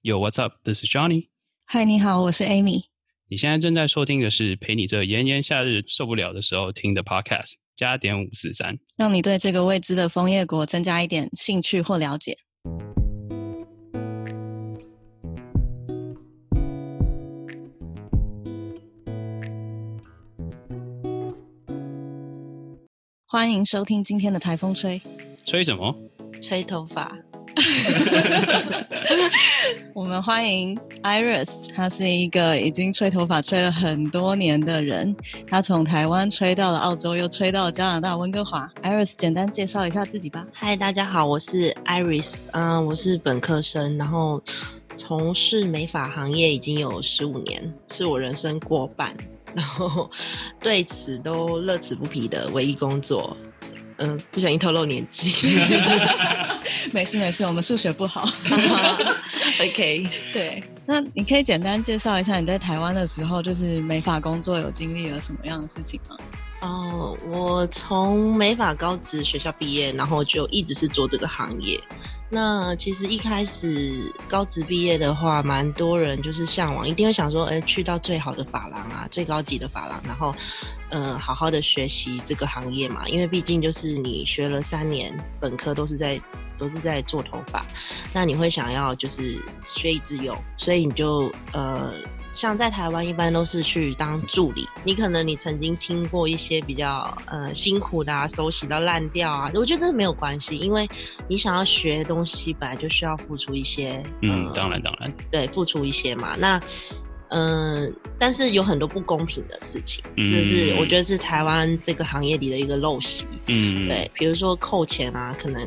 Yo, what's up? This is Johnny。嗨，你好，我是 Amy。你现在正在收听的是陪你这炎炎夏日受不了的时候听的 Podcast，加点五四三。让你对这个未知的枫叶国增加一点兴趣或了解。欢迎收听今天的台风吹吹什么？吹头发。 我们欢迎 Iris，她是一个已经吹头发吹了很多年的人，她从台湾吹到了澳洲，又吹到了加拿大温哥华。Iris，简单介绍一下自己吧。嗨，大家好，我是 Iris，嗯、我是本科生，然后从事美发行业已经有十五年，是我人生过半，然后 对此都乐此不疲的唯一工作。嗯，不小心透露年纪。 没事没事，我们数学不好。 OK，对，那你可以简单介绍一下你在台湾的时候，就是美发工作有经历了什么样的事情吗？哦，我从美法高职学校毕业，然后就一直是做这个行业。那其实一开始高职毕业的话，蛮多人就是向往，一定会想说，哎、去到最好的发廊啊，最高级的发廊，然后，呃，好好的学习这个行业嘛，因为毕竟就是你学了三年，本科都是在都是在做头发，那你会想要就是学以致用，所以你就呃，像在台湾一般都是去当助理，你可能你曾经听过一些比较呃辛苦的啊，手洗到烂掉啊，我觉得这没有关系，因为你想要学的东西本来就需要付出一些，嗯，呃当然当然，对，付出一些嘛。那嗯、呃但是有很多不公平的事情，嗯这是我觉得是台湾这个行业里的一个陋习。嗯，对，比如说扣钱啊，可能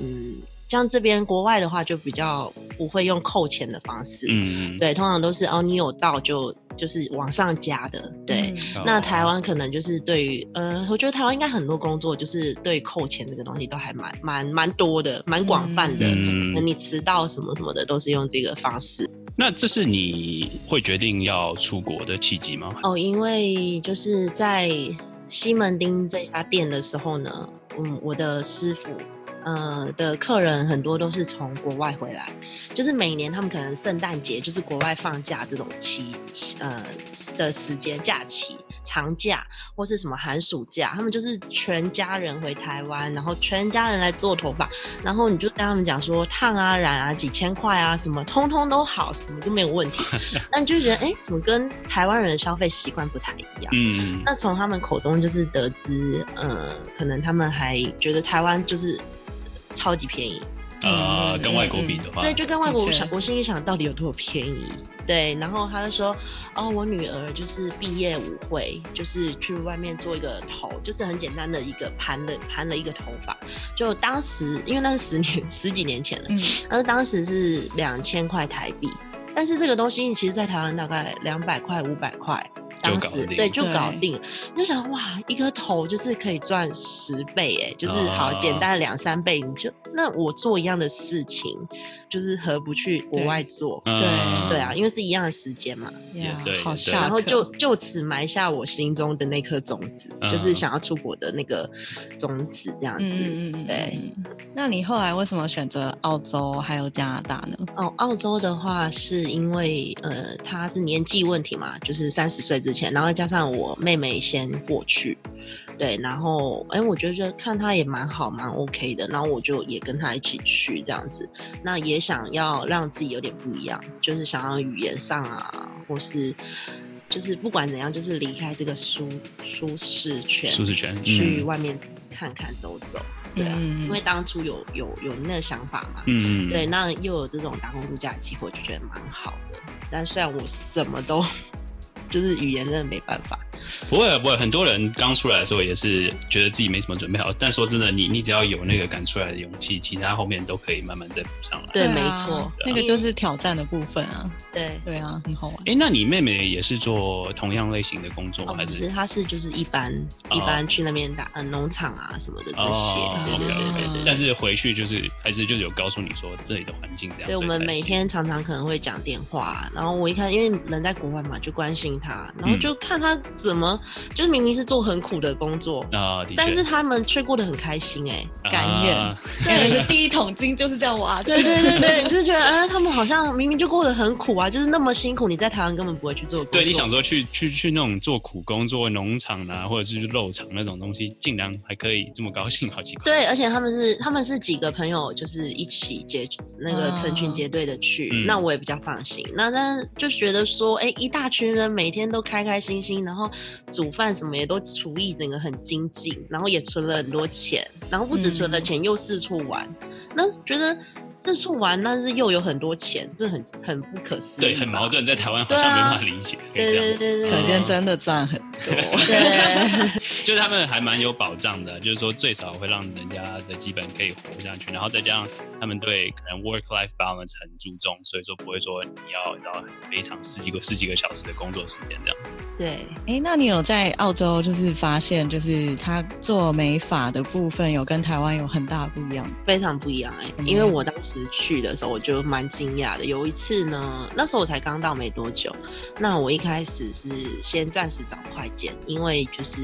嗯，像这边国外的话就比较不会用扣钱的方式，嗯，对，通常都是哦你有到就就是往上加的，对。嗯，哦，那台湾可能就是对于，呃，我觉得台湾应该很多工作就是对扣钱这个东西都还蛮蛮蛮多的，蛮广泛的。嗯可能你迟到什么什么的都是用这个方式。那这是你会决定要出国的契机吗？哦，因为就是在西门町这家店的时候呢，嗯，我的师傅。呃的客人很多都是从国外回来，就是每年他们可能圣诞节就是国外放假这种期呃的时间假期长假或是什么寒暑假，他们就是全家人回台湾，然后全家人来做头发，然后你就跟他们讲说烫啊染啊几千块啊什么通通都好，什么都没有问题，那你就觉得，哎、怎么跟台湾人的消费习惯不太一样？嗯，那从他们口中就是得知，呃，可能他们还觉得台湾就是超级便宜，呃，嗯跟外国比的话，对，就跟外国的我确想，我心里想到底有多便宜？对，然后他就说，哦，我女儿就是毕业舞会，就是去外面做一个头，就是很简单的一个盘的盘了一个头发，就当时因为那是十年十几年前了，嗯，而当时是两千块台币，但是这个东西其实，在台湾大概两百块、五百块，当就搞时定对就搞对定。你就想哇，一个头就是可以赚十倍、哎，就是好啊简单两三倍，你就那我做一样的事情，就是何不去国外做？嗯对对啊，因为是一样的时间嘛，呀对对嗯好对啊下课，然后就就此埋下我心中的那颗种子，嗯就是想要出国的那个种子，这样嗯子。嗯嗯嗯，对嗯。嗯那你后来为什么选择澳洲还有加拿大呢？哦，澳洲的话是因为呃，他是年纪问题嘛，就是三十岁之前，然后加上我妹妹先过去，对，然后哎，我觉得看她也蛮好，蛮 OK 的，然后我就也跟她一起去这样子，那也想要让自己有点不一样，就是想要语言上啊，或是就是不管怎样，就是离开这个舒舒适圈，舒适圈，嗯去外面看看走走，对啊，嗯嗯嗯因为当初有有有那个想法嘛，嗯，嗯对，，那又有这种打工度假的机会，我就觉得蛮好的。但虽然我什么都，就是语言真的没办法，不会不会，很多人刚出来的时候也是觉得自己没什么准备好，但说真的，你你只要有那个敢出来的勇气，其他后面都可以慢慢再补上来。对，啊没错，那个就是挑战的部分啊。对。对啊，很好玩。哎，那你妹妹也是做同样类型的工作哦，吗？还不是，他是就是一般、哦一般去那边打呃农场啊什么的这些，对对 OK 对对 OK，对。哦但是回去就是还是就是有告诉你说这里的环境这样。对，我所以们才每行天常嗯常可能会讲电话，然后我一看，因为人在国外嘛，就关心他，然后就看他怎么就是明明是做很苦的工作，啊，的确但是他们却过得很开心哎、甘愿啊因为是第一桶金就是这样挖的。对对对对，你就觉得哎、他们好像明明就过得很苦啊，就是那么辛苦，你在台湾根本不会去做的工作。对，你想说去去去那种做苦工、做农场啊，或者是去肉场那种东西，竟然还可以这么高兴，好奇怪。对，而且他们是他们是几个朋友，就是一起结那个成群结队的去，嗯那我也比较放心。那但是就觉得说，哎、一大群人每天都开开心心，然后煮饭什么也都厨艺整个很精进，然后也存了很多钱，然后不止存了钱，又四处玩，那觉得四处玩，但是又有很多钱，这很很不可思议，对，很矛。盾，在台湾好像没办法理解。可以啊对这样对子对对，可见嗯真的赚很多。对，就是他们还蛮有保障的，就是说最少会让人家的基本可以活下去，然后再加上他们对可能 work life balance 很注重，所以说不会说你要到非常十几个十几个小时的工作时间这样子。对，哎，那你有在澳洲就是发现，就是他做美发的部分有跟台湾有很大的不一样吗？非常不一样哎、嗯因为我当时去的时候，我就蛮惊讶的。有一次呢，那时候我才刚到没多久，那我一开始是先暂时找快剪，因为就是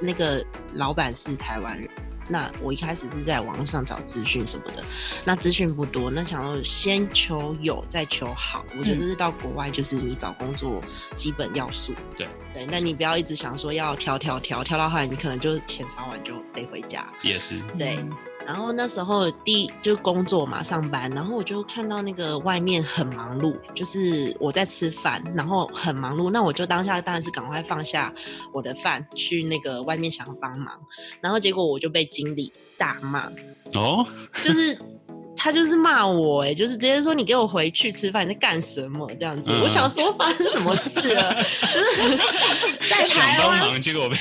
那个老板是台湾人。那我一开始是在网络上找资讯什么的，那资讯不多，那想要先求有再求好。我觉得这是到国外就是你找工作基本要素。对对，那你不要一直想说要挑挑挑挑到后来，你可能就钱烧完就得回家。也是，对 嗯然后那时候第一就工作嘛，上班，然后我就看到那个外面很忙碌，就是我在吃饭，然后很忙碌，那我就当下当然是赶快放下我的饭去那个外面想帮忙，然后结果我就被经理大骂，哦，就是。 他就是骂我、哎，就是直接说你给我回去吃饭，你在干什么这样子？嗯我想说发生什么事了， 就是在想台帮湾忙，结 果被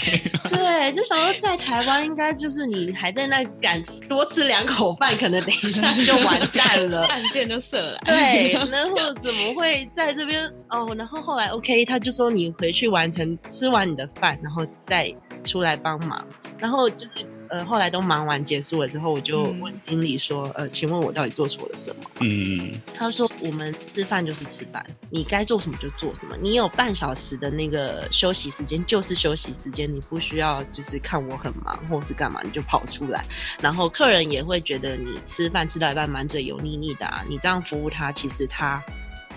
对，就想说在台湾应该就是你还在那敢吃多吃两口饭，可能等一下就完蛋了。按键就射了。对，然后怎么会在这边哦？然后后来 OK，他就说你回去完成吃完你的饭，然后再出来帮忙。然后就是呃，后来都忙完结束了之后，我就嗯问经理说，呃，请问我到底做错了什么？嗯，他说：“我们吃饭就是吃饭，你该做什么就做什么。你有半小时的那个休息时间，就是休息时间，你不需要就是看我很忙或是干嘛，你就跑出来。然后客人也会觉得你吃饭吃到一半满嘴油腻腻的、啊，你这样服务他，其实他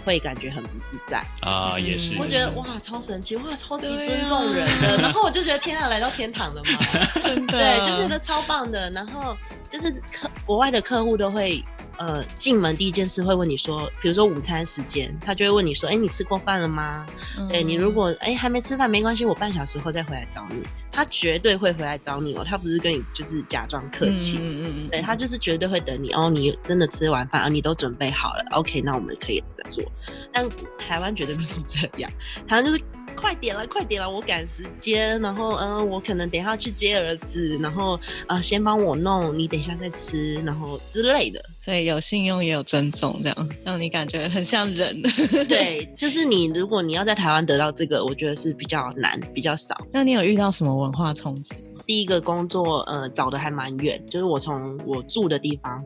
会感觉很不自在。啊，也是，嗯我也觉得是哇，超神奇，哇，超级对啊尊重人的。然后我就觉得天啊，来到天堂了嘛。”真的，对，就觉得超棒的。然后就是客国外的客户都会，呃，进门第一件事会问你说，比如说午餐时间，他就会问你说，哎，你吃过饭了吗？嗯对你如果哎还没吃饭没关系，我半小时后再回来找你。他绝对会回来找你哦，他不是跟你就是假装客气。嗯嗯嗯，对他就是绝对会等你哦，你真的吃完饭啊，你都准备好了，OK，那我们可以再做。但台湾绝对不是这样，台湾就是快点了，快点了，我赶时间，然后嗯、呃我可能等一下去接儿子，然后呃，先帮我弄，你等一下再吃，然后之类的。所以有信用也有尊重，这样让你感觉很像人。对，就是你如果你要在台湾得到这个，我觉得是比较难，比较少。那你有遇到什么文化冲击？第一个工作，呃，找的还蛮远，就是我从我住的地方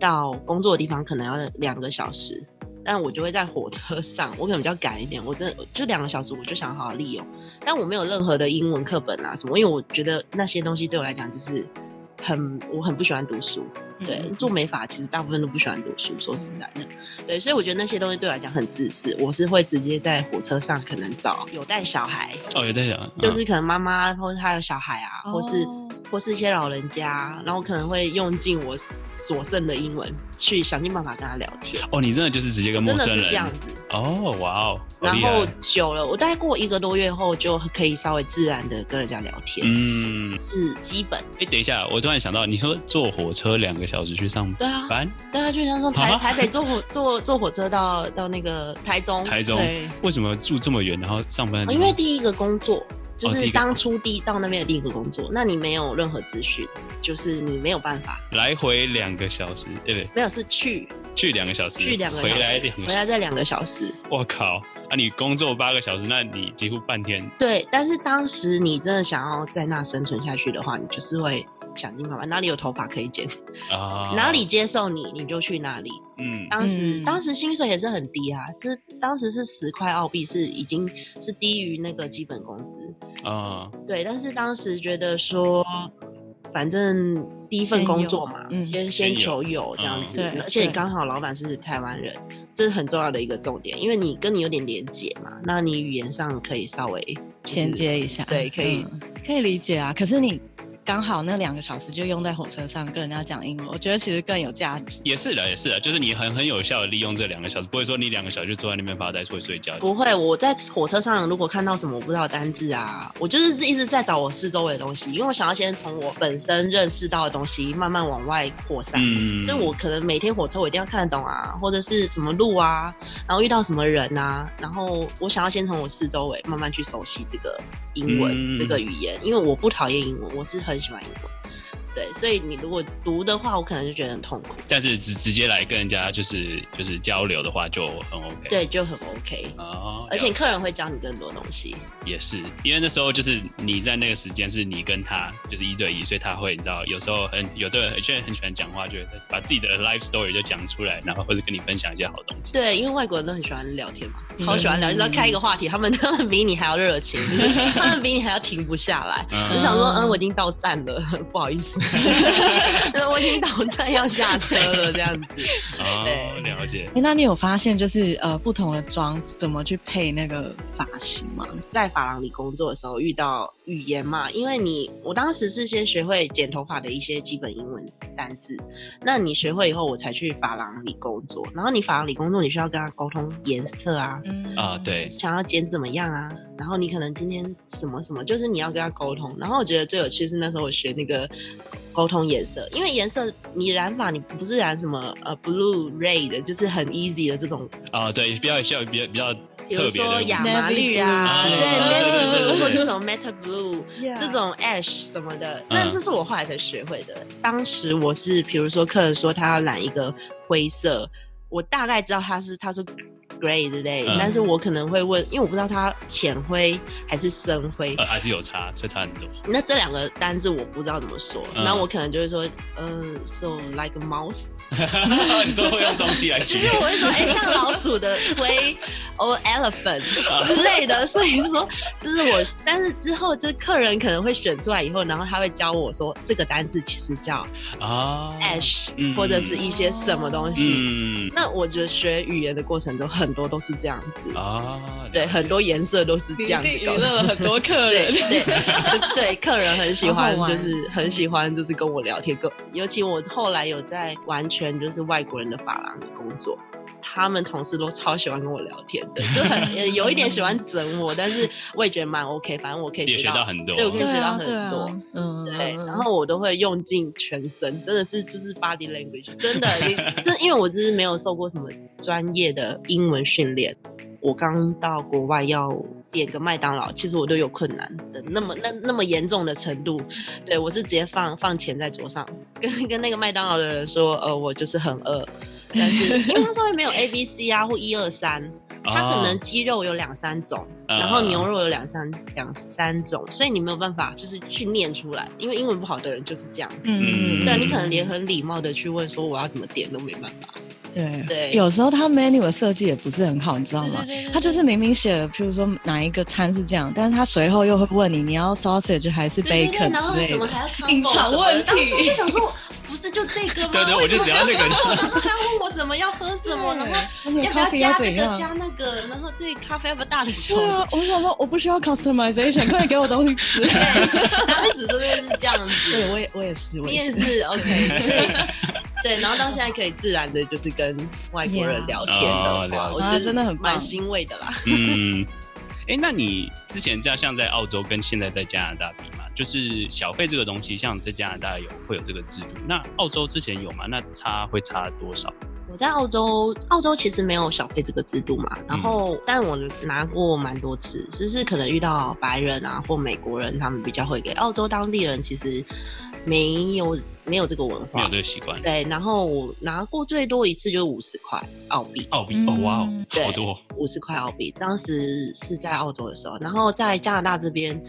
到工作的地方可能要两个小时，但我就会在火车上，我可能比较赶一点，我真的就两个小时我就想好好利用，但我没有任何的英文课本啊什么，因为我觉得那些东西对我来讲就是很我很不喜欢读书，对，嗯做美发其实大部分都不喜欢读书，说实在的，对，所以我觉得那些东西对我来讲很自私，我是会直接在火车上可能找有带小孩，哦，有在想，就是可能妈妈或者她有小孩啊，或是哦或是一些老人家，然后可能会用尽我所剩的英文去想尽办法跟他聊天，哦，你真的就是直接跟陌真的生是这样人，子。哦，哇哦，好然厉后害久了，我大概过一个多月后就可以稍微自然的跟人家聊天，嗯，是基本。哎，等一下，我突然想到，你说坐火车两个小时去上对啊，班，对啊，就像从台啊台北坐火坐坐火车到到那个台中，台中对，为什么住这么远，然后上班的哦地因方？为第一个工作就哦第是一个当初第一到那边的第一个工作，那你没有任何资讯，就是你没有办法，来回两个小时，对不对？没有是去去两个小时，去两个小回时，来两个回小来时。再两个小时，我靠！啊，你工作八个小时，那你几乎半天对，但是当时你真的想要在那生存下去的话，你就是会想尽办法，哪里有头发可以剪，啊，哪里啊接受你你就去哪里。嗯当时、嗯当时薪水也是很低啊，这当时是十块澳币，是已经是低于那个基本工资。啊对，但是当时觉得说，反正第一份先工有作嘛，嗯先先先有求有这样嗯子，对而且对刚好老板是台湾人，这是很重要的一个重点，因为你跟你有点连结嘛，那你语言上可以稍微就是衔。接一下，对可以嗯可以理解啊。可是你刚好那两个小时就用在火车上跟人家讲英文，我觉得其实更有价值。也是的，也是的，就是你很很有效的利用这两个小时，不会说你两个小时就坐在那边发呆或者睡觉。不会，我在火车上如果看到什么我不知道的单字啊，我就是一直在找我四周围的东西，因为我想要先从我本身认识到的东西慢慢往外扩散。嗯，所以我可能每天火车我一定要看得懂啊，或者是什么路啊，然后遇到什么人啊，然后我想要先从我四周围慢慢去熟悉这个英文、嗯这个语言，因为我不讨厌英文，我是很喜欢英文。对，所以你如果读的话，我可能就觉得很痛苦，但是直直接来跟人家就是就是交流的话就很 OK。对，呃就很 OK。哦，而且客人会教你更多东西，也是，因为那时候就是你在那个时间是你跟他就是一对一，所以他会你知道有时候很有的人有些人很喜欢讲话，就会把自己的 life story 就讲出来，然后或者跟你分享一些好东西。对，因为外国人都很喜欢聊天嘛，嗯超喜欢聊，你知道开一个话题，他们 他们比你还要热情，就是他们比你还要停不下来。我嗯就想说，嗯嗯，我已经到站了， 不好意思，我已经到站要下车了，这样子。 哦，对了解。诶那你有发现就是呃不同的妆怎么去配那个发型吗？在发廊里工作的时候遇到语言嘛，因为你我当时是先学会剪头发的一些基本英文单字，那你学会以后，我才去发廊里工作。然后你发廊里工作，你需要跟他沟通颜色啊，嗯啊，，对，想要剪怎么样啊，然后你可能今天什么什么，就是你要跟他沟通。然后我觉得最有趣是那时候我学那个沟通颜色，因为颜色你染发你不是染什么呃 blue red 的，就是很 easy 的这种，啊，对，比较需要比较比较比如特别说的样亚子麻绿啊， Navy blue 啊对对对对对 navy 对 blue 或者这种 meta blue。这这种种 ash 什么的，嗯但这是我后来才学会的。当时我是，比如说客人说他要染一个灰色，我大概知道他是他说 gray 之类，嗯但是我可能会问，因为我不知道他浅灰还是深灰，呃，还是有差，所以差很多。 那这两个单字我不知道怎么说，嗯然后我可能就会说，嗯、s o like a mouse，你说会用东西来举 就例是我会说，哎、像老鼠的灰，or elephant 之类的，所以说，就是我，但是之后就是客人可能会选出来以后，然后他会教我说这个单字其实叫啊 ash，、嗯或者是一些什么东西。嗯那我觉得学语言的过程中，很多都是这样子，啊，对，很多颜色都是这样子一定娱搞的。乐了很多客对人。对就对，客人很喜好欢，好玩就是很喜欢，就是跟我聊天。跟尤其我后来有在完全就是外国人的发廊工作，他们同事都超喜欢跟我聊天的，就很呃有一点喜欢整我，但是我也觉得蛮 OK，反正我可以也学学到到。很多。对我可以对学到啊，很对啊多，嗯，对，嗯然后我都会用尽全身，真的是就是 body language，真的，你真因为我就是没有受过什么专业的英文训练，我刚到国外要点个麦当劳，其实我都有困难的，那么那那么严重的程度，对我是直接放放钱在桌上，跟跟那个麦当劳的人说，呃，我就是很饿，但是因为它上面没有 A B C 啊或一二三，它可能鸡肉有两三种，啊然后牛肉有两三两三种，所以你没有办法就是去念出来，因为英文不好的人就是这样。嗯对，你可能连很礼貌的去问说我要怎么点都没办法。对对有时候它 menu 的设计也不是很好，你知道吗？它就是明明写了，譬如说哪一个餐是这样，但是它随后又会问你，你要 sausage 还是对对对， bacon 然后之类什么的。还要 combo 隐藏什么的问题当时我就想说，不是就这 个吗？对对我就为什么只要那个要 combo？然后他问我怎么要喝什么，然后后你要不咖要啡要加这怎个样？加那个，然后对咖啡要不要大的 小对的？ 啊，我想说我不需要 customization，快点 给我东西吃。当时真的是这样子。对，我也我也是，我你也也是。是 OK，所以对，然后到现在可以自然的，就是跟外国人 Yeah 聊天的哦了话，解我啊觉得真的很棒蛮欣慰的 啦。嗯，哎，那你之前这样像在澳洲跟现在在加拿大比嘛，就是小费这个东西，像在加拿大有会有这个制度，那澳洲之前有吗？那差会差多少？我在澳洲，澳洲其实没有小费这个制度嘛，嗯然后、但我拿过蛮多次，只是可能遇到白人啊或美国人，他们比较会给澳洲当地人，其实没有没有这个文没有化。这个习惯？对，然后我拿过最多一次就是五十块澳币，澳币嗯哦，哇哦，对好多五十块澳币，当时是在澳洲的时候，然后在加拿大这边，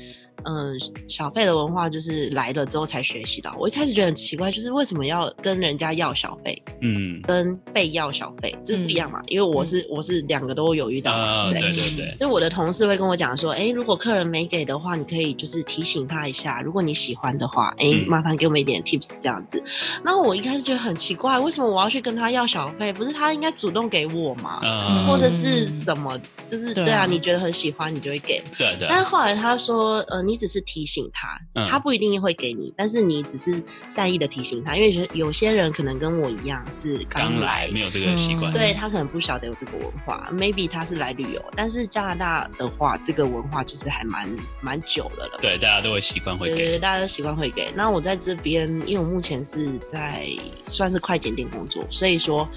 嗯，小费的文化就是来了之后才学习到。啊我一开始觉得很奇怪，就是为什么要跟人家要小费，嗯，跟被要小费这不一样嘛？因为我是、我是两个都有遇到嘛，啊，对不对对？对对，所以我的同事会跟我讲说，哎，如果客人没给的话，你可以就是提醒他一下，如果你喜欢的话，哎，嗯麻烦给我们一点 tips 这样子。然后我一开始觉得很奇怪，为什么我要去跟他要小费？不是他应该主动给我吗？啊，或嗯者是什么？就是对啊对啊，你觉得很喜欢，你就会给。对对，啊但是后来他说，呃，你只是提醒他，嗯他不一定会给你，但是你只是善意的提醒他，因为有有些人可能跟我一样是刚刚来来，没有这个习惯，对他可能不晓得有这个文化，maybe 他是来旅游，但是加拿大的话，这个文化就是还蛮蛮久了了。对，大家都会习惯会对对给，对，大家都习惯会给。那我在这边，因为我目前是在算是快检店工作，所以说，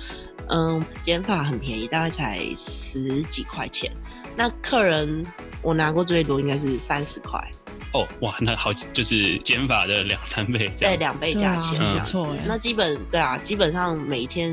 嗯，剪发很便宜，大概才十几块钱。那客人我拿过最多应该是三十块，哦，哇，那好，就是减法的两三倍这对，样，两倍对价啊嗯钱这没样子。错耶那基本对啊，基本上每天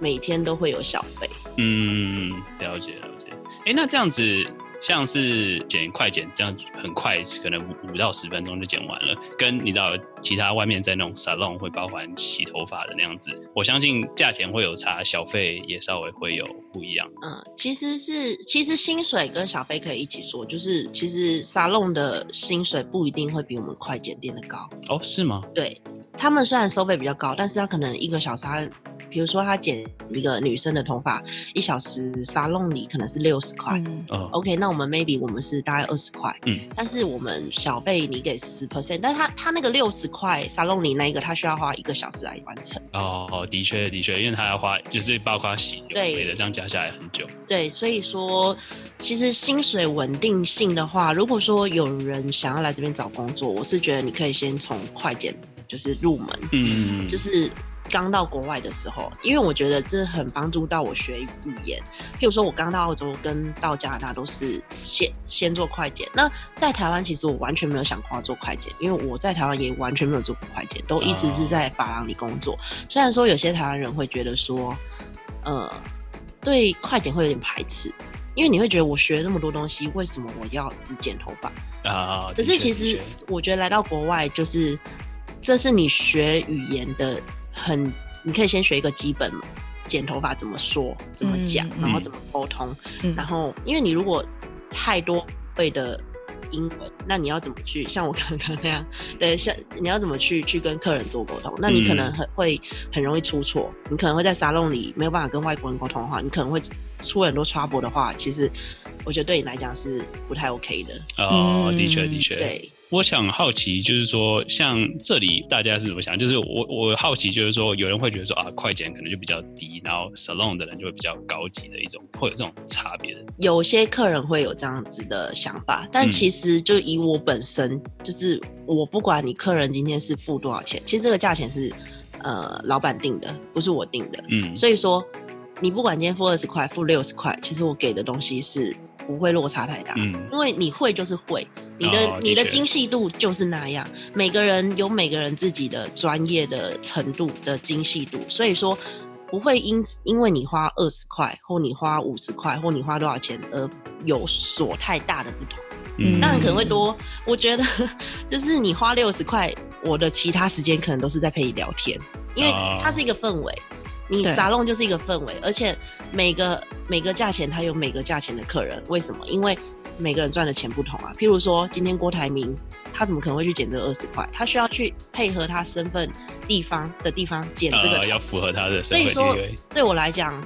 每天都会有小费。嗯，了解了解。哎，那这样子像是剪快剪，这样很快，可能五五到十分钟就剪完了。跟你到其他外面在那种 salon 会包含洗头发的那样子，我相信价钱会有差，小费也稍微会有不一样。嗯，其实是其实薪水跟小费可以一起说，就是其实沙龙的薪水不一定会比我们快检店的高。哦，是吗？对他们虽然收费比较高，但是他可能一个小时他，比如说他剪一个女生的头发，一小时沙龙里可能是六十块。嗯哦， OK，那我们 maybe 我们是大概二十块，嗯，但是我们小费你给十 percent，但是他他那个六十块沙龙里那一个，他需要花一个小时来完成，哦，哦的确的确，因为他要花，就是包括洗有的对没的，这样加下来很久。对，所以说其实薪水稳定性的话，如果说有人想要来这边找工作，我是觉得你可以先从快剪就是入门，嗯，就是刚到国外的时候，因为我觉得这很帮助到我学语言。譬如说，我刚到澳洲跟到加拿大都是先先做快检。那在台湾，其实我完全没有想过要做快检，因为我在台湾也完全没有做过快检，都一直是在法郎里工作。虽然说有些台湾人会觉得说，呃，对快检会有点排斥。因为你会觉得我学那么多东西，为什么我要只剪头发？啊，可的是确其的实确我觉得来到国外，就是这是你学语言的很，你可以先学一个基本嘛，剪头发怎么说、怎么讲，嗯然后嗯怎么沟通，嗯然后因为你如果太多倍的。英文，那你要怎么去像我刚刚那样？对，像你要怎么去去跟客人做沟通？那你可能嗯很会很容易出错，你可能会在沙龙里没有办法跟外国人沟通的话，你可能会出很多 trouble 的话，其实我觉得对你来讲是不太 OK 的。哦，的确嗯的确，对，我想好奇，就是说，像这里大家是怎么想？就是我我好奇，就是说，有人会觉得说啊，快剪可能就比较低，然后 salon 的人就会比较高级的一种，会有这种差别的。有些客人会有这样子的想法，但嗯其实就以我本身，就是我不管你客人今天是付多少钱，其实这个价钱是呃老板定的，不是我定的。嗯，所以说，你不管今天付二十块、付六十块，其实我给的东西是不会落差太大，嗯，因为你会就是会，你的、哦的你的确精细度就是那样。每个人有每个人自己的专业的程度的精细度，所以说不会因因为你花二十块或你花五十块或你花多少钱而有所太大的不同。嗯，当然可能会多，我觉得 就是你花六十块，我的其他时间可能都是在陪你聊天，因为哦它是一个氛围。你对沙龙就是一个氛围，而且每个每个价钱它有每个价钱的客人，为什么？因为每个人赚的钱不同啊。譬如说，今天郭台铭他怎么可能会去减这二十块？他需要去配合他身份地方的地方减这个呃头要符合他的社所以会说地位。对我来讲，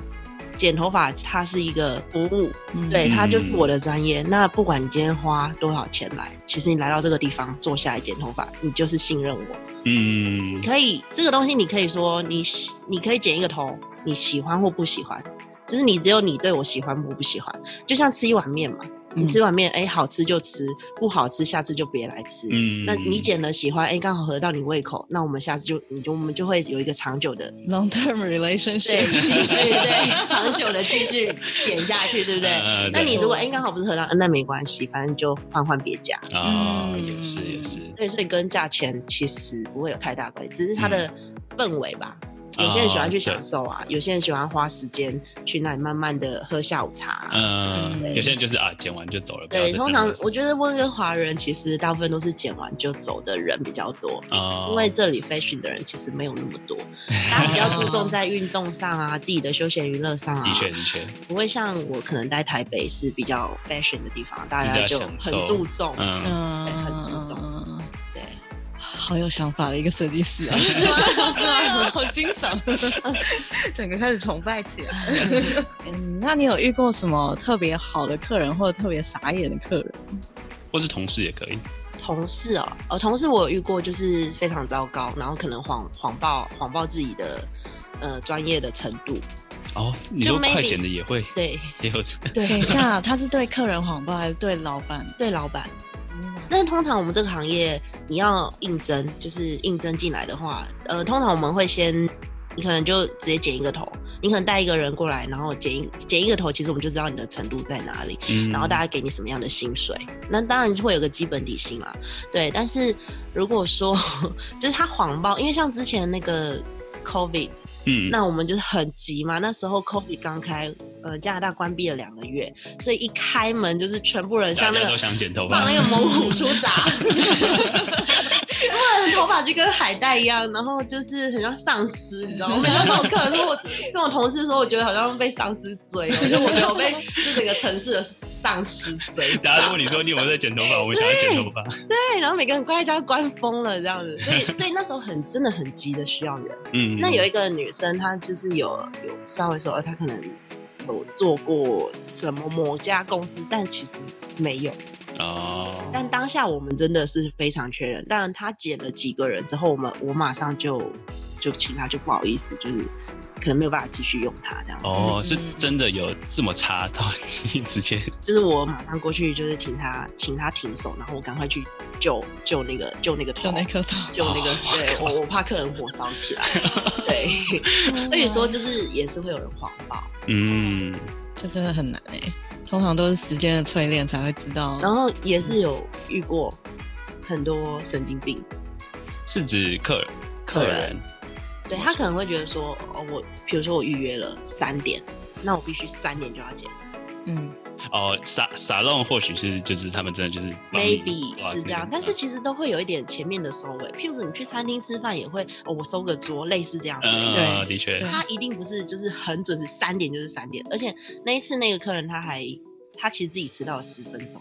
剪头发它是一个服务，嗯对，它就是嗯我的专业。那不管你今天花多少钱来，其实你来到这个地方坐下来剪头发，你就是信任我。嗯，可以，这个东西你可以说你喜，你可以剪一个头，你喜欢或不喜欢，只是你只有你对我喜欢或不喜欢。就像吃一碗面嘛，你嗯吃一碗面，哎、好吃就吃，不好吃下次就别来吃。嗯那你剪了喜欢，哎，刚好合到你胃口，那我们下次就你就我们就会有一个长久的 long term 对 relationship，继续 对长久的继续剪下去，对不对？呃那你对如果哎刚好不是合到，嗯那没关系，反正就换换别家。啊，嗯也是也是，对，所以跟价钱其实不会有太大关系，只是它的氛围吧。有些人喜欢去享嗯哦对受啊，有些人喜欢花时间去那里慢慢的喝下午茶啊、嗯，对有些人就是啊，剪完就走了。不要对，再通等常了我觉得温哥华人其实大部分都是剪完就走的人比较多，哦因为这里 fashion 的人其实没有那么 多，大家比较注重在运动上啊，自己的休闲娱乐上啊，的确的确，不会像我可能在台北是比较 fashion 的地方，大家就比较享很受注重，嗯，嗯，对很注重对，好有想法的一个设计 师啊，是吗？是吗？好欣赏，整个开始崇拜起来。 嗯，那你有遇过什么特别好的客人，或者特别傻眼的客人？或是同事也可以。同事哦，呃，同事我有遇过，就是非常糟糕，然后可能谎谎报谎报自己的呃专业的程度，哦，你说 maybe- 快剪的也会对也有，等一对下，他是对客人谎报还是对老板？对，老板。但通常我们这个行业，你要应征，就是应征进来的话，呃，通常我们会先，你可能就直接剪一个头，你可能带一个人过来，然后剪一剪一个头，其实我们就知道你的程度在哪里。嗯然后大家给你什么样的薪水？那当然是会有个基本底薪啦，对。但是如果说 就是他谎报，因为像之前那个 COVID，嗯，那我们就是很急嘛，那时候 COVID 刚开，呃，加拿大关闭了两个月，所以一开门就是全部人大像那家都个想剪头放发那，个猛虎出 闸。他们的头发就跟海带一样，然后就是很像丧尸，你知道吗？我每次跟我客人说，我跟我同事说，我觉得好像被丧尸追了，我觉得我觉得我被这整个城市的丧尸追大家杀都。问你说你有没有在剪头发？我们想要剪头发。对，然后每个人关在家关疯了这样子，所以所以那时候很真的很急的需要人。嗯，那有一个女生，她就是有有稍微说，呃她可能有做过什么某家公司，但其实没有。哦，但当下我们真的是非常缺人，但他减了几个人之后，我们我马上就就请他，就不好意思，就是可能没有办法继续用他这样子。哦，嗯是真的有这么差到你直接就是我马上过去，就是请他，请他停手，然后我赶快去救救那个救那个头，就那颗头， 救那个，对我我怕客人火烧起来。对，所以说就是也是会有人谎报，嗯，这真的很难哎、通常都是时间的淬炼才会知道。然后也是有遇过很多神经病。是指客人客嗯客人人对他可能会觉得说，哦，我比如说我预约了三点，那我必须三点就要剪嗯，哦，沙沙龙或许是就是他们真的就是帮你啊，maybe 哇是这样，那但个是其实都会有一点前面的收尾。譬如你去餐厅吃饭也会，哦，我收个桌，类似这样的。对呃，的确对他一定不是就是很准时，三点就是三点，而且那一次那个客人他还。他其实自己迟到了十分钟，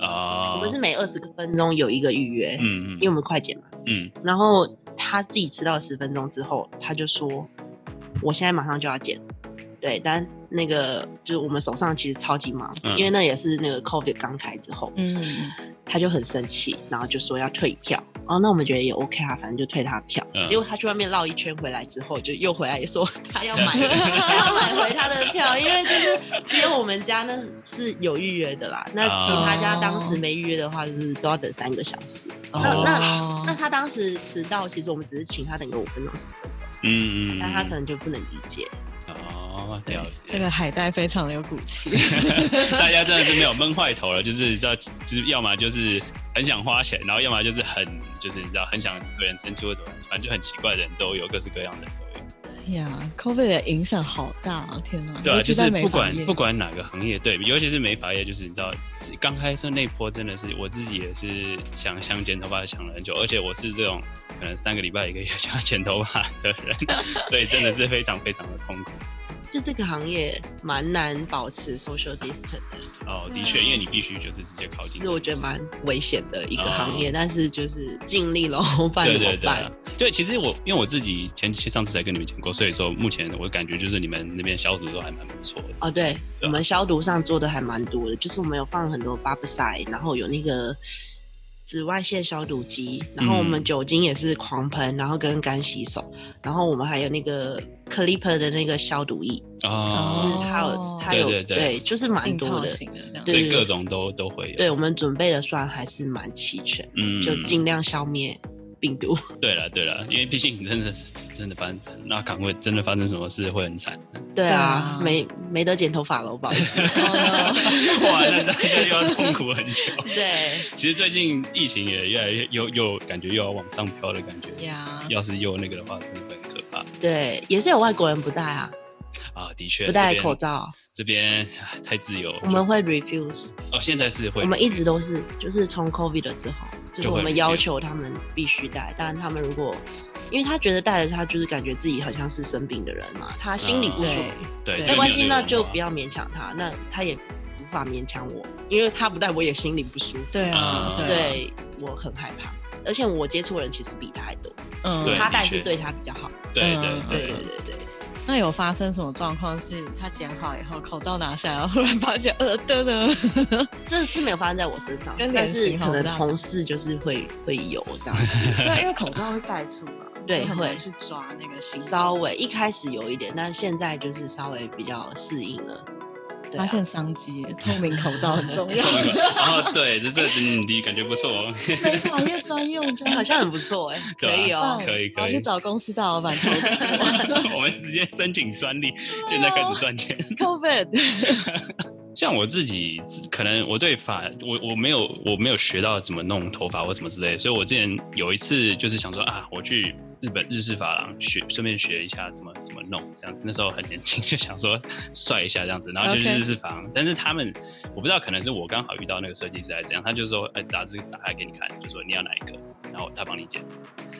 啊，我们是每二十分钟有一个预约，嗯嗯因为我们快剪嘛。嗯然后他自己迟到十分钟之后，他就说：“我现在马上就要剪。”对，但那个就是我们手上其实超级忙，嗯因为那也是那个 COVID 刚开之后，嗯嗯他就很生气，然后就说要退票。哦，那我们觉得也 OK 啊，反正就退他票。嗯结果他去外面绕一圈回来之后，就又回来 也说他要买，对他要买回他的票，因为就是只有我们家那是有预约的啦，那其他哦家当时没预约的话，就是都要等三个小时。那哦那那他当时迟到，其实我们只是请他等个五分钟、十分钟，嗯嗯，但他可能能就不能理解。哦了这解，个海带非常的有骨 气。大家真的是没有闷坏头了，就是知道就是要么就是很想花钱，然后要么就是很就是你知道很想对人生气或者什么，反正就很奇怪的人都有，各式各样的人都有。哎呀，COVID 的影响好大啊！天哪，对啊，尤就其是在美不发管业不管哪个行业，对，尤其是美发业，就是你知道，刚开始那波真的是我自己也是想想剪头发想了很久，而且我是这种可能三个礼拜一个月就要剪头发的人，所以真的是非常非常的痛苦。就这个行业蛮难保持 social distance 的，哦，的确，因为你必须就是直接靠其近，实嗯我觉得蛮危险的一个行业，哦但是就是尽 力喽，不然对怎么对对办？啊对，其实我因为我自己前上次才跟你们讲过，所以说目前我感觉就是你们那边消毒都还蛮不错的。哦，对，对啊我们消毒上做的还蛮多的，就是我们有放很多 b 布塞，然后有那个紫外线消毒机，然后我们嗯酒精也是狂喷，然后跟干洗手，然后我们还有那个 clipper 的那个消毒液，就哦，是它有哦它有对对对就是蛮浸多泡的。型的这样。所对以各种都都会有。对我们准备的算还是蛮齐全，嗯，就尽量消灭病毒。 对了对了，因为毕竟真的真的发那岗位真的发生什么事会很惨。对对啊啊，没没得剪头发了，不好意 思。哦哇，那大家又要痛苦很久。对，其实最近疫情也越来越又又感觉又要往上飘的感觉，呀，要是又那个的话，真的会很可怕。对，也是有外国人不戴啊，啊，的确不戴这边口罩，这边唉太自由了。我们会 refuse，哦，现在是会我们一直都是，就是从 COVID 了之后，就是就会我们要求他们必须戴，但他们如果因为他觉得戴了，他就是感觉自己好像是生病的人嘛，他心里嗯不舒服，对，对，这对没边关系，有这个那文就化不要勉强他，那他也无法勉强我，因为他不戴我也心里不舒服，对啊，嗯对啊，对我很害怕，而且我接触的人其实比他还多，嗯，对他戴的确是对他比较好，对嗯对对对对对，对对。那有发生什么状况？是他剪好以后，口罩拿下来，然后忽然发现，呃，噔噔，这是没有发生在我身上，跟但脸是型好可能大同事就是会会有这 样子，对，啊因为口罩会盖住嘛， 对就很难会去抓那个形状稍微一开始有一点，但现在就是稍微比较适应了。对啊发现商 机，透明口罩很重要， 然后对，这这嗯，你感觉不错哦， 美发业专用，这哎样好像很不错哎、对可啊以哦棒。可以可我要以去找公司大老板投资我们直接申请专利， 现在开始赚钱。 啊，COVID，像我自己，可能我对发，我我没有我没有学到怎么弄头发或什么之类的，所以我之前有一次就是想说啊，我去日本日式发廊学，顺便学一下怎么怎么弄，这样那时候很年轻，就想说 帅一下这样子，然后就去 OK 日式发廊。但是他们我不知道，可能是我刚好遇到那个设计师还是怎样，他就说，哎、杂志打开给你看，就说你要哪一个，然后他帮你剪。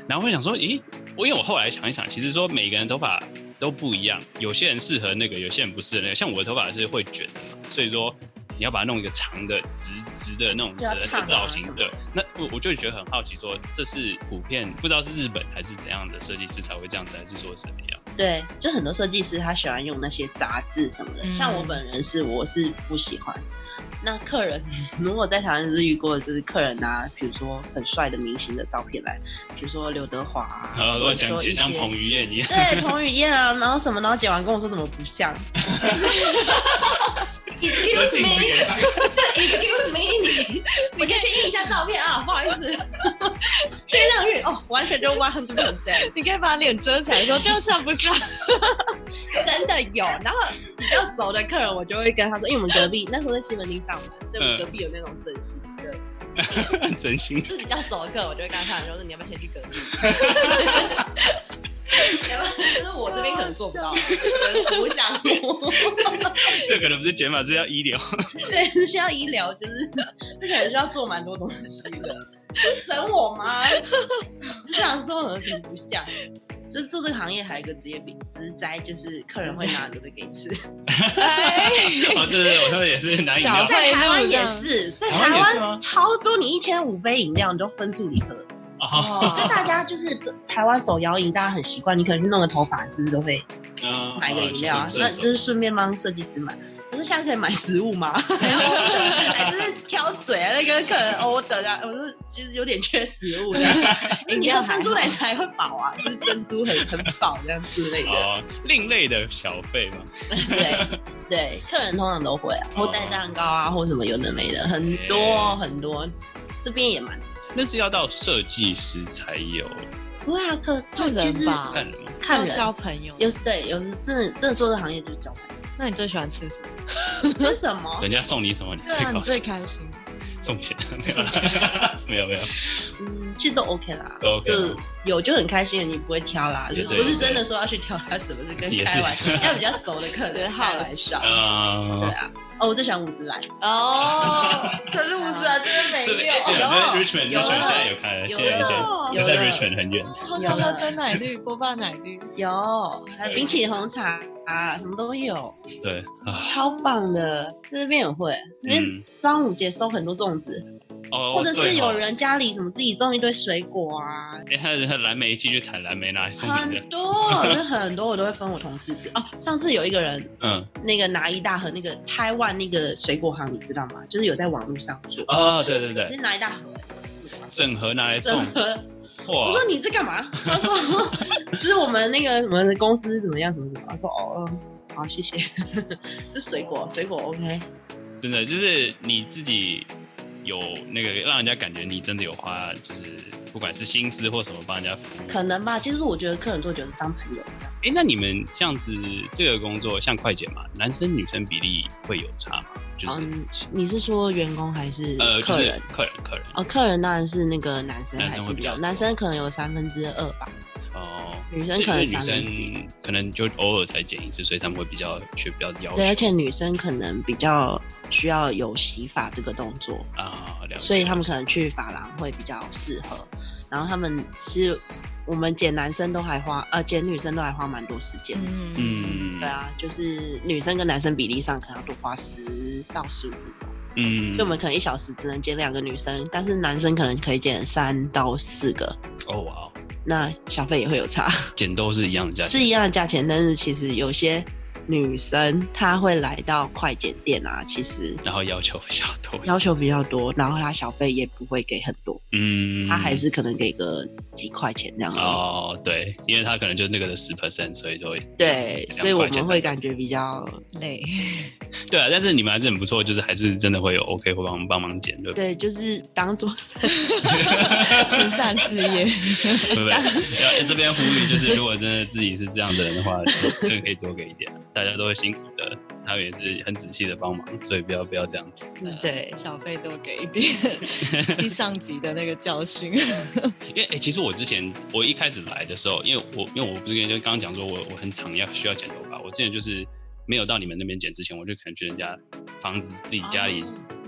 然后我想说，咦，我因为我后来想一想，其实说每个人头发都不一样，有些人适合那个，有些人不适合那个。像我的头发是会卷的嘛，所以说你要把它弄一个长的、直直的那种就要的烫啊造型什。么对，那我我就觉得很好奇说这是普遍不知道是日本还是怎样的设计师才会这样子，还是说是怎么样？对，就很多设计师他喜欢用那些杂志什么的，嗯像我本人是我是不喜欢。那客人 如果在台湾是遇过，就是客人拿比如说很帅的明星的照片来，比如说刘德华啊，呃，或我者讲说一就像些彭于晏一 样，对，彭于晏啊，然后什么，然后剪完跟我说怎么不像就 ？Excuse 镜子 me，给他。 Excuse me，你我先去印一下照片啊，不好意 思，贴上去哦，完全就 one hundred percent，你可以把脸遮起来，说这样像不像？真的有。然后比较熟的客人，我就会跟他说，因为我们隔壁那时候在西门町上班，所以我们嗯隔壁有那种整形的，真心就是比较熟的客人，我就会跟他讲说，你要不要先去隔壁？ 要不然就是我这边可能做不到，就是我想我。这可能不是减法，是要 医疗。对，是需要医疗，就是这可能需要做蛮多东西的。整我吗？这样说好像挺不像。就是做这个行业还有一个职业病，职灾就是客人会拿你的给你吃。哎 哦，对对对，我说也是拿饮小料费。在台湾那也样是，在台湾台也是湾吗超多，你一天五杯饮料，你都分助理喝。哦，就大家就是台湾手摇饮，大家很习惯，你可能去弄个头发，是不是都会嗯买个饮料啊哦？那就是顺便帮设计师买。可是下次可以买食物吗？ 还是挑嘴啊，那个客人 order 啊，我说其实有点缺食物这 样，因为你喝珍珠奶茶也会饱啊，就是珍珠很很饱这样之类的。 哦，另类的小费嘛，对对，客人通常都会啊，哦或带蛋糕啊，或什么有的没的，很多哎很多，这边也蛮。那是要到设计师才有不会啊，客就看人其实吧看人吗？看要交人，朋友。有时对有时真的真的做这行业就是交 朋友。那你最喜欢吃什么？这是什么？人家送你什么，你最啊高兴，开心。送钱没有啦没 有没有，嗯，其实都 OK 啦，都 OK 就有就很开心了，你不会挑啦，也就对不是真的说要去挑他什么，是跟也开是玩笑，要比较熟的客人开玩笑。 对啊，啊，哦，我最喜欢五十岚， 哦，可是五十岚真的这边有对啊，有这边 Richmond 有 Richmond 现在有开了，现在已经有啊在了 Richmond 很远，哦好想喝真奶绿、波霸奶绿。有，还有冰淇淋红茶啊，什么都有，对啊，超棒的。这边也会，这边嗯，端午节收很多粽子，哦，或者对是哦有，人家里什么自己种一堆水果啊， 哎，他他蓝莓继续采蓝莓拿来送你的很，多，那很多我都会分我同事吃。哦，上次有一个人嗯，那个拿一大盒那个台湾那个水果行，你知道吗？就是有在网络上做，哦，对对只对，是拿一大盒、整盒拿来整送，盒。哇我，说你在干嘛？他说这是我们那个什么公司怎么样怎么怎么样。他说哦，嗯，好谢谢。 这水果水果 OK，真的就是你自己有那个让人家感觉你真的有花，就是不管是心思或什么帮人家服务。可能吧。其实我觉得客人做久是当朋友一样。哎、那你们这样子这个工作像快剪嘛，男生女生比例会有差吗？就是、嗯，你是说员工还是呃，就客是人？客人客人哦，客人当然是那个男生男还生是会比比较较，多男生可能有三分之二吧。哦，女生是可因为能女三分之一。生可能就偶尔才剪一次，所以他们会比较学比较要对，而求且女生可能比较需要有洗发这个动作，啊，了解所以他们可能去发廊会比较适合。然后他们其实我们剪男生都还花，呃，剪女生都还花蛮多时间。嗯嗯，对，啊，就是女生跟男生比例上可能要多花十到十五分钟，嗯，所以我们可能一小时只能剪两个女生，但是男生可能可以剪三到四个，哦哇哦，那小费也会有差。剪都是一样的价钱，是一样的价钱，但是其实有些女生她会来到快剪店啊，其实然后要求比较多，要求比较多，然后她小费也不会给很多，嗯，她还是可能给个几块钱这样。哦、哦，对，因为他可能就那个的十 percent，所以就会对，所以我们会感觉觉比较累，对啊，但是你们还是很不错，就是还是真的会有 OK 会帮帮忙剪，对不对？对，就是当做 慈善事业。对不对？要这边呼吁就是，如果真的自己是这样的人的话，就真的可以多给一点，大家都会辛苦的，他们也是很仔细的帮忙，所以不要不要这样子。对小费多给一点，记上级的那个教训。因为哎、欸其实我之前我一开始来的时候，因为我因为我不是跟就刚刚讲说我我很常要需要剪头发，我之前就是没有到你们那边剪之前，我就可能去人家房子自己家里，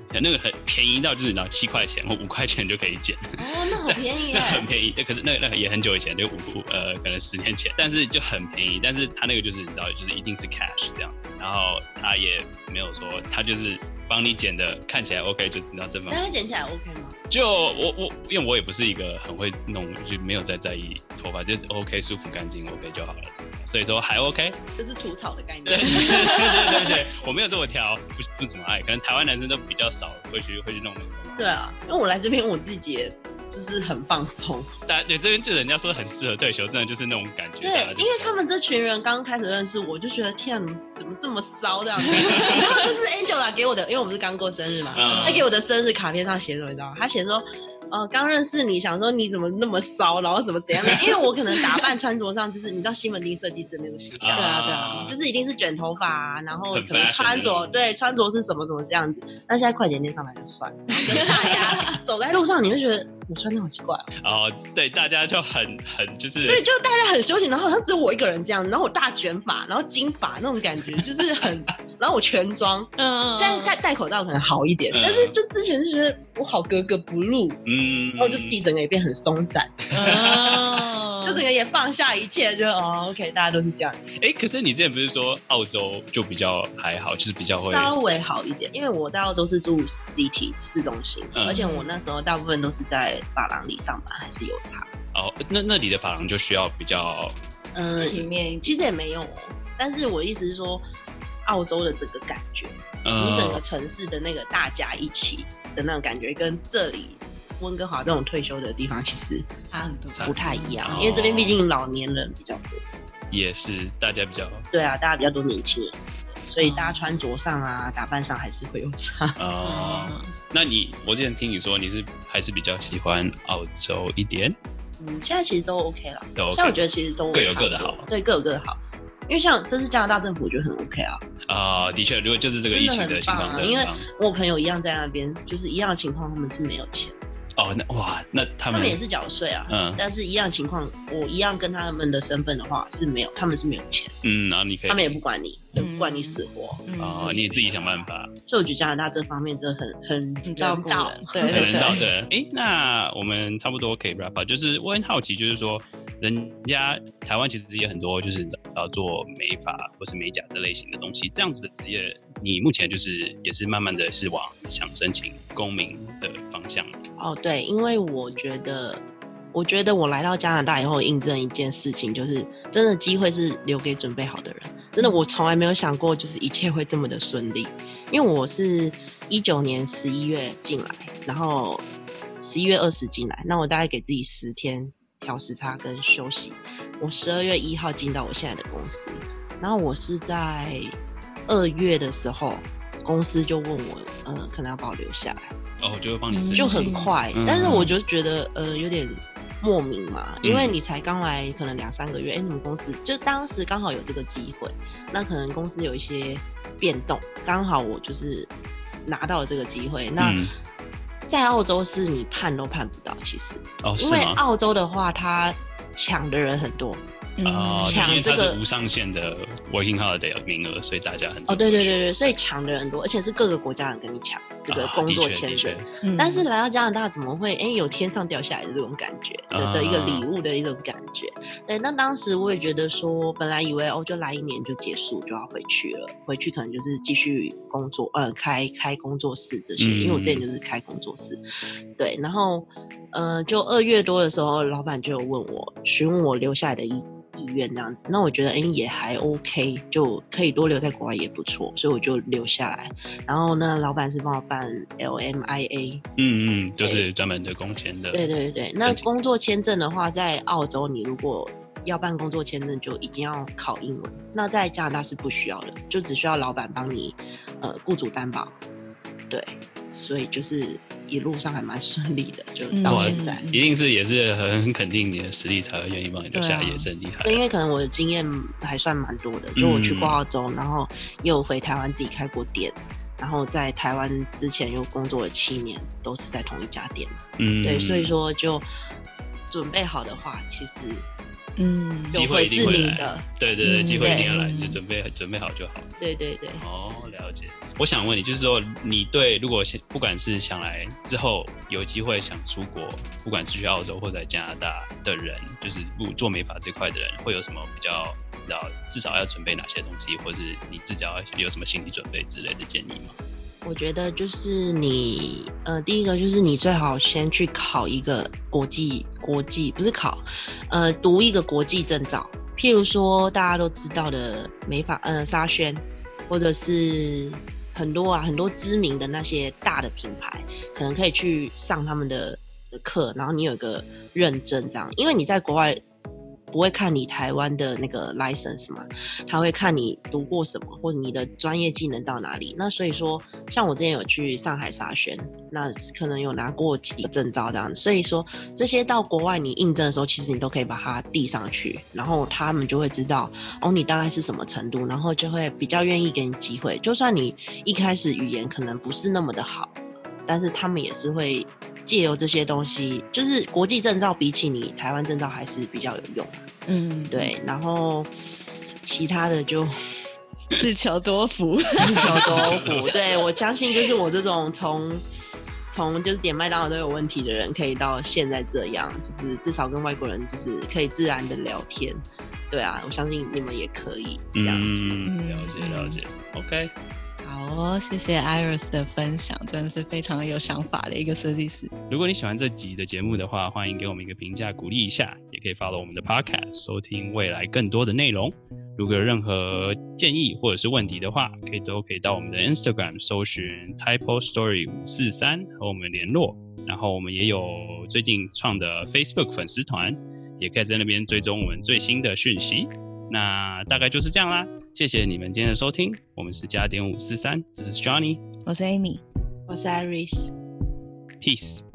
可能那个很便宜到就是你知道七块钱或五块钱就可以剪，哦，那好便宜 那耶，很便宜。那可是那个那个也很久以前，就五五呃可能十年前，但是就很便宜。但是他那个就是你知道，就是一定是 cash 这样子，然后他也没有说他就是。帮你剪的看起来 OK，就是你知道这方但她剪起来 OK 吗？就我我因为我也不是一个很会弄，就没有再在意头发，就是 OK 舒服干净 OK 就好了，所以说还 OK。就是除草的概对念对。对对对，我没有这么挑，不不怎么爱，可能台湾男生都比较少会去会去弄那个。对啊，因为我来这边我自己也就是很放松。大家对这边就人家说很适合退休，真的就是那种感觉。对大家，就因为他们这群人刚开始认识我，就觉得天啊，怎么这么骚这样子？然后这是 Angela 给我的，因为我们是刚过生日嘛，嗯她给我的生日卡片上写什么，你知道吗？她写说。呃，刚认识你，想说你怎么那么骚，然后怎么怎样的？因为我可能打扮穿着上，就是你知道西门町设计师那个形象，对啊对啊就是一定是卷头发、啊，然后很可能 fashion 穿着的对穿着是什么什么这样子。那现在快捷店上来就算了，然后跟大家走在路上，你会觉得我穿的好奇怪、哦，哦，对，大家就很很就是对，就大家很休闲，然后好像只有我一个人这样，然后我大卷发，然后金发那种感觉，就是很， 然后我全妆， 嗯，现在戴戴口罩可能好一点，嗯但是就之前就觉得我好格格不入，嗯，然后哦就自己整个也变很松散，哦嗯就整个也放下一切，就哦，OK，大家都是这样，哎、可是你之前不是说澳洲就比较还好，就是比较会稍微好一点，因为我大家都是住 CT 市中心，嗯而且我那时候大部分都是在发廊里上班，还是有差，哦，那那里的发廊就需要比较嗯，体面一点，其实也没有哦，但是我的意思是说，澳洲的整个感觉。嗯你整个城市的那个大家一起的那种感觉，跟这里温哥华这种退休的地方其实差很多。不太一样，哦因为这边毕竟老年人比较多，也是大家比 较对啊，大家比较多年轻人什么的，所以大家穿着上啊、打扮上还是会有 差。哦、嗯那你我之前听你说你是还是比较喜欢澳洲一点，嗯，现在其实都 OK 了，都 OK 像我觉得其实都各有各的差不多好对，各有各的好。因为像这次加拿大政府，我觉得很 OK 啊。啊、的确，如果就是这个疫情的情况，真的很棒啊真的很棒我朋友一样在那边，就是一样的情况，他们是没有钱，哦，那哇，那他他们们也是缴税啊，嗯但是一样情况，我一样跟他们的身份的话是没有，他们是没有钱。嗯，然后你可以他们也不管你，就嗯不管你死活。嗯哦，你也自己想办法，所以我觉得加拿大这方面真的很很很照顾人道人，对可能对到对。对。哎、那我们差不多可以 wrap up，就是我很好奇，就是说人家台湾其实也很多就是呃做美发或是美甲的类型的东西，这样子的职业。你目前就是也是慢慢的是往想申请公民的方向吗哦，对，因为我觉得，我觉得我来到加拿大以后，印证一件事情，就是真的机会是留给准备好的人。真的，我从来没有想过，就是一切会这么的顺利。因为我是一九年十一月进来，然后十一月二十进来，那我大概给自己十天调时差跟休息。我十二月一号进到我现在的公司，然后我是在二月的时候，公司就问我，呃，可能要把我留下来。哦，我就会帮你申请，就很快。嗯但是我就觉得呃有点莫名嘛，因嗯为你才刚来可能两三个月，哎、你们公司就当时刚好有这个机会，那可能公司有一些变动，刚好我就是拿到了这个机会。那、嗯在澳洲是你盼都盼不到，其实哦，因是为吗？澳洲的话，它抢的人很多，嗯啊，对抢因为它这个是无上限的 working holiday 的名额，所以大家很哦，对对对对，所以抢的人多，而且是各个国家人跟你抢这啊个工作签证。嗯但是来到加拿大，怎么会哎有天上掉下来的这种感觉的的一个礼物的一种感觉？对，那当时我也觉得说，本来以为哦就来一年就结束就要回去了，回去可能就是继续工作，呃，开开工作室这些，嗯因为我之前就是开工作室，对，然后呃，就二月多的时候，老板就有问我询问我留下来的意意愿这样子，那我觉得哎也还 OK，就可以多留在国外也不错，所以我就留下来。然后呢，老板是帮我办 LMIA，嗯嗯，就是专门的工签的，对对对，那申请工作签证的话，在澳洲你如果要办工作签证，就一定要考英文。那在加拿大是不需要的，就只需要老板帮你，呃，雇主担保。对，所以就是一路上还蛮顺利的，就到嗯现在。嗯一定是也是很很肯定你的实力才会愿意帮你留下来，对啊也是很厉害对，。因为可能我的经验还算蛮多的，就我去过嗯澳洲，然后也有回台湾自己开过店，然后在台湾之前又工作了七年，都是在同一家店。嗯，对，所以说就准备好的话，其实嗯机有会一定是会你来的。对对对，嗯机会一定要来，对你就准备准备好就好。对对对，哦，了解。我想问你，就是说，你对如果现不管是想来之后有机会想出国，不管是去澳洲或者在加拿大的人，就是不做美发这块的人，会有什么比较？你知道至少要准备哪些东西，或是你至少要有什么心理准备之类的建议吗？我觉得就是你，呃，第一个就是你最好先去考一个国际国际，不是考，呃，读一个国际证照，譬如说大家都知道的美发，呃，沙宣，或者是很多啊很多知名的那些大的品牌，可能可以去上他们的的课，然后你有一个认证这样，因为你在国外。不会看你台湾的那个 license 嘛，他会看你读过什么，或者你的专业技能到哪里。那所以说，像我之前有去上海沙宣，那可能有拿过几个证照这样子。所以说，这些到国外你应征的时候，其实你都可以把它递上去，然后他们就会知道哦，你大概是什么程度，然后就会比较愿意给你机会。就算你一开始语言可能不是那么的好，但是他们也是会。借由这些东西，就是国际证照比起你台湾证照还是比较有用，嗯，对。然后其他的就自求多 福。自求多福。对我相信，就是我这种从从就是点麦当劳都有问题的人，可以到现在这样，就是至少跟外国人就是可以自然的聊天。对啊，我相信你们也可以这样子。嗯，了解了解。OK，嗯好哦，谢谢 Iris 的分享，真的是非常有想法的一个设计师。如果你喜欢这集的节目的话，欢迎给我们一个评价鼓励一下，也可以 follow 我们的 podcast 收听未来更多的内容。如果有任何建议或者是问题的话，可以都可以到我们的 Instagram 搜寻 Typo Story 五四三和我们联络。然后我们也有最近创的 Facebook 粉丝团，也可以在那边追踪我们最新的讯息。那大概就是这样啦，谢谢你们今天的收听，我们是加点五四三，这是 Johnny，Peace。我是 Amy。我是 Iris。 Peace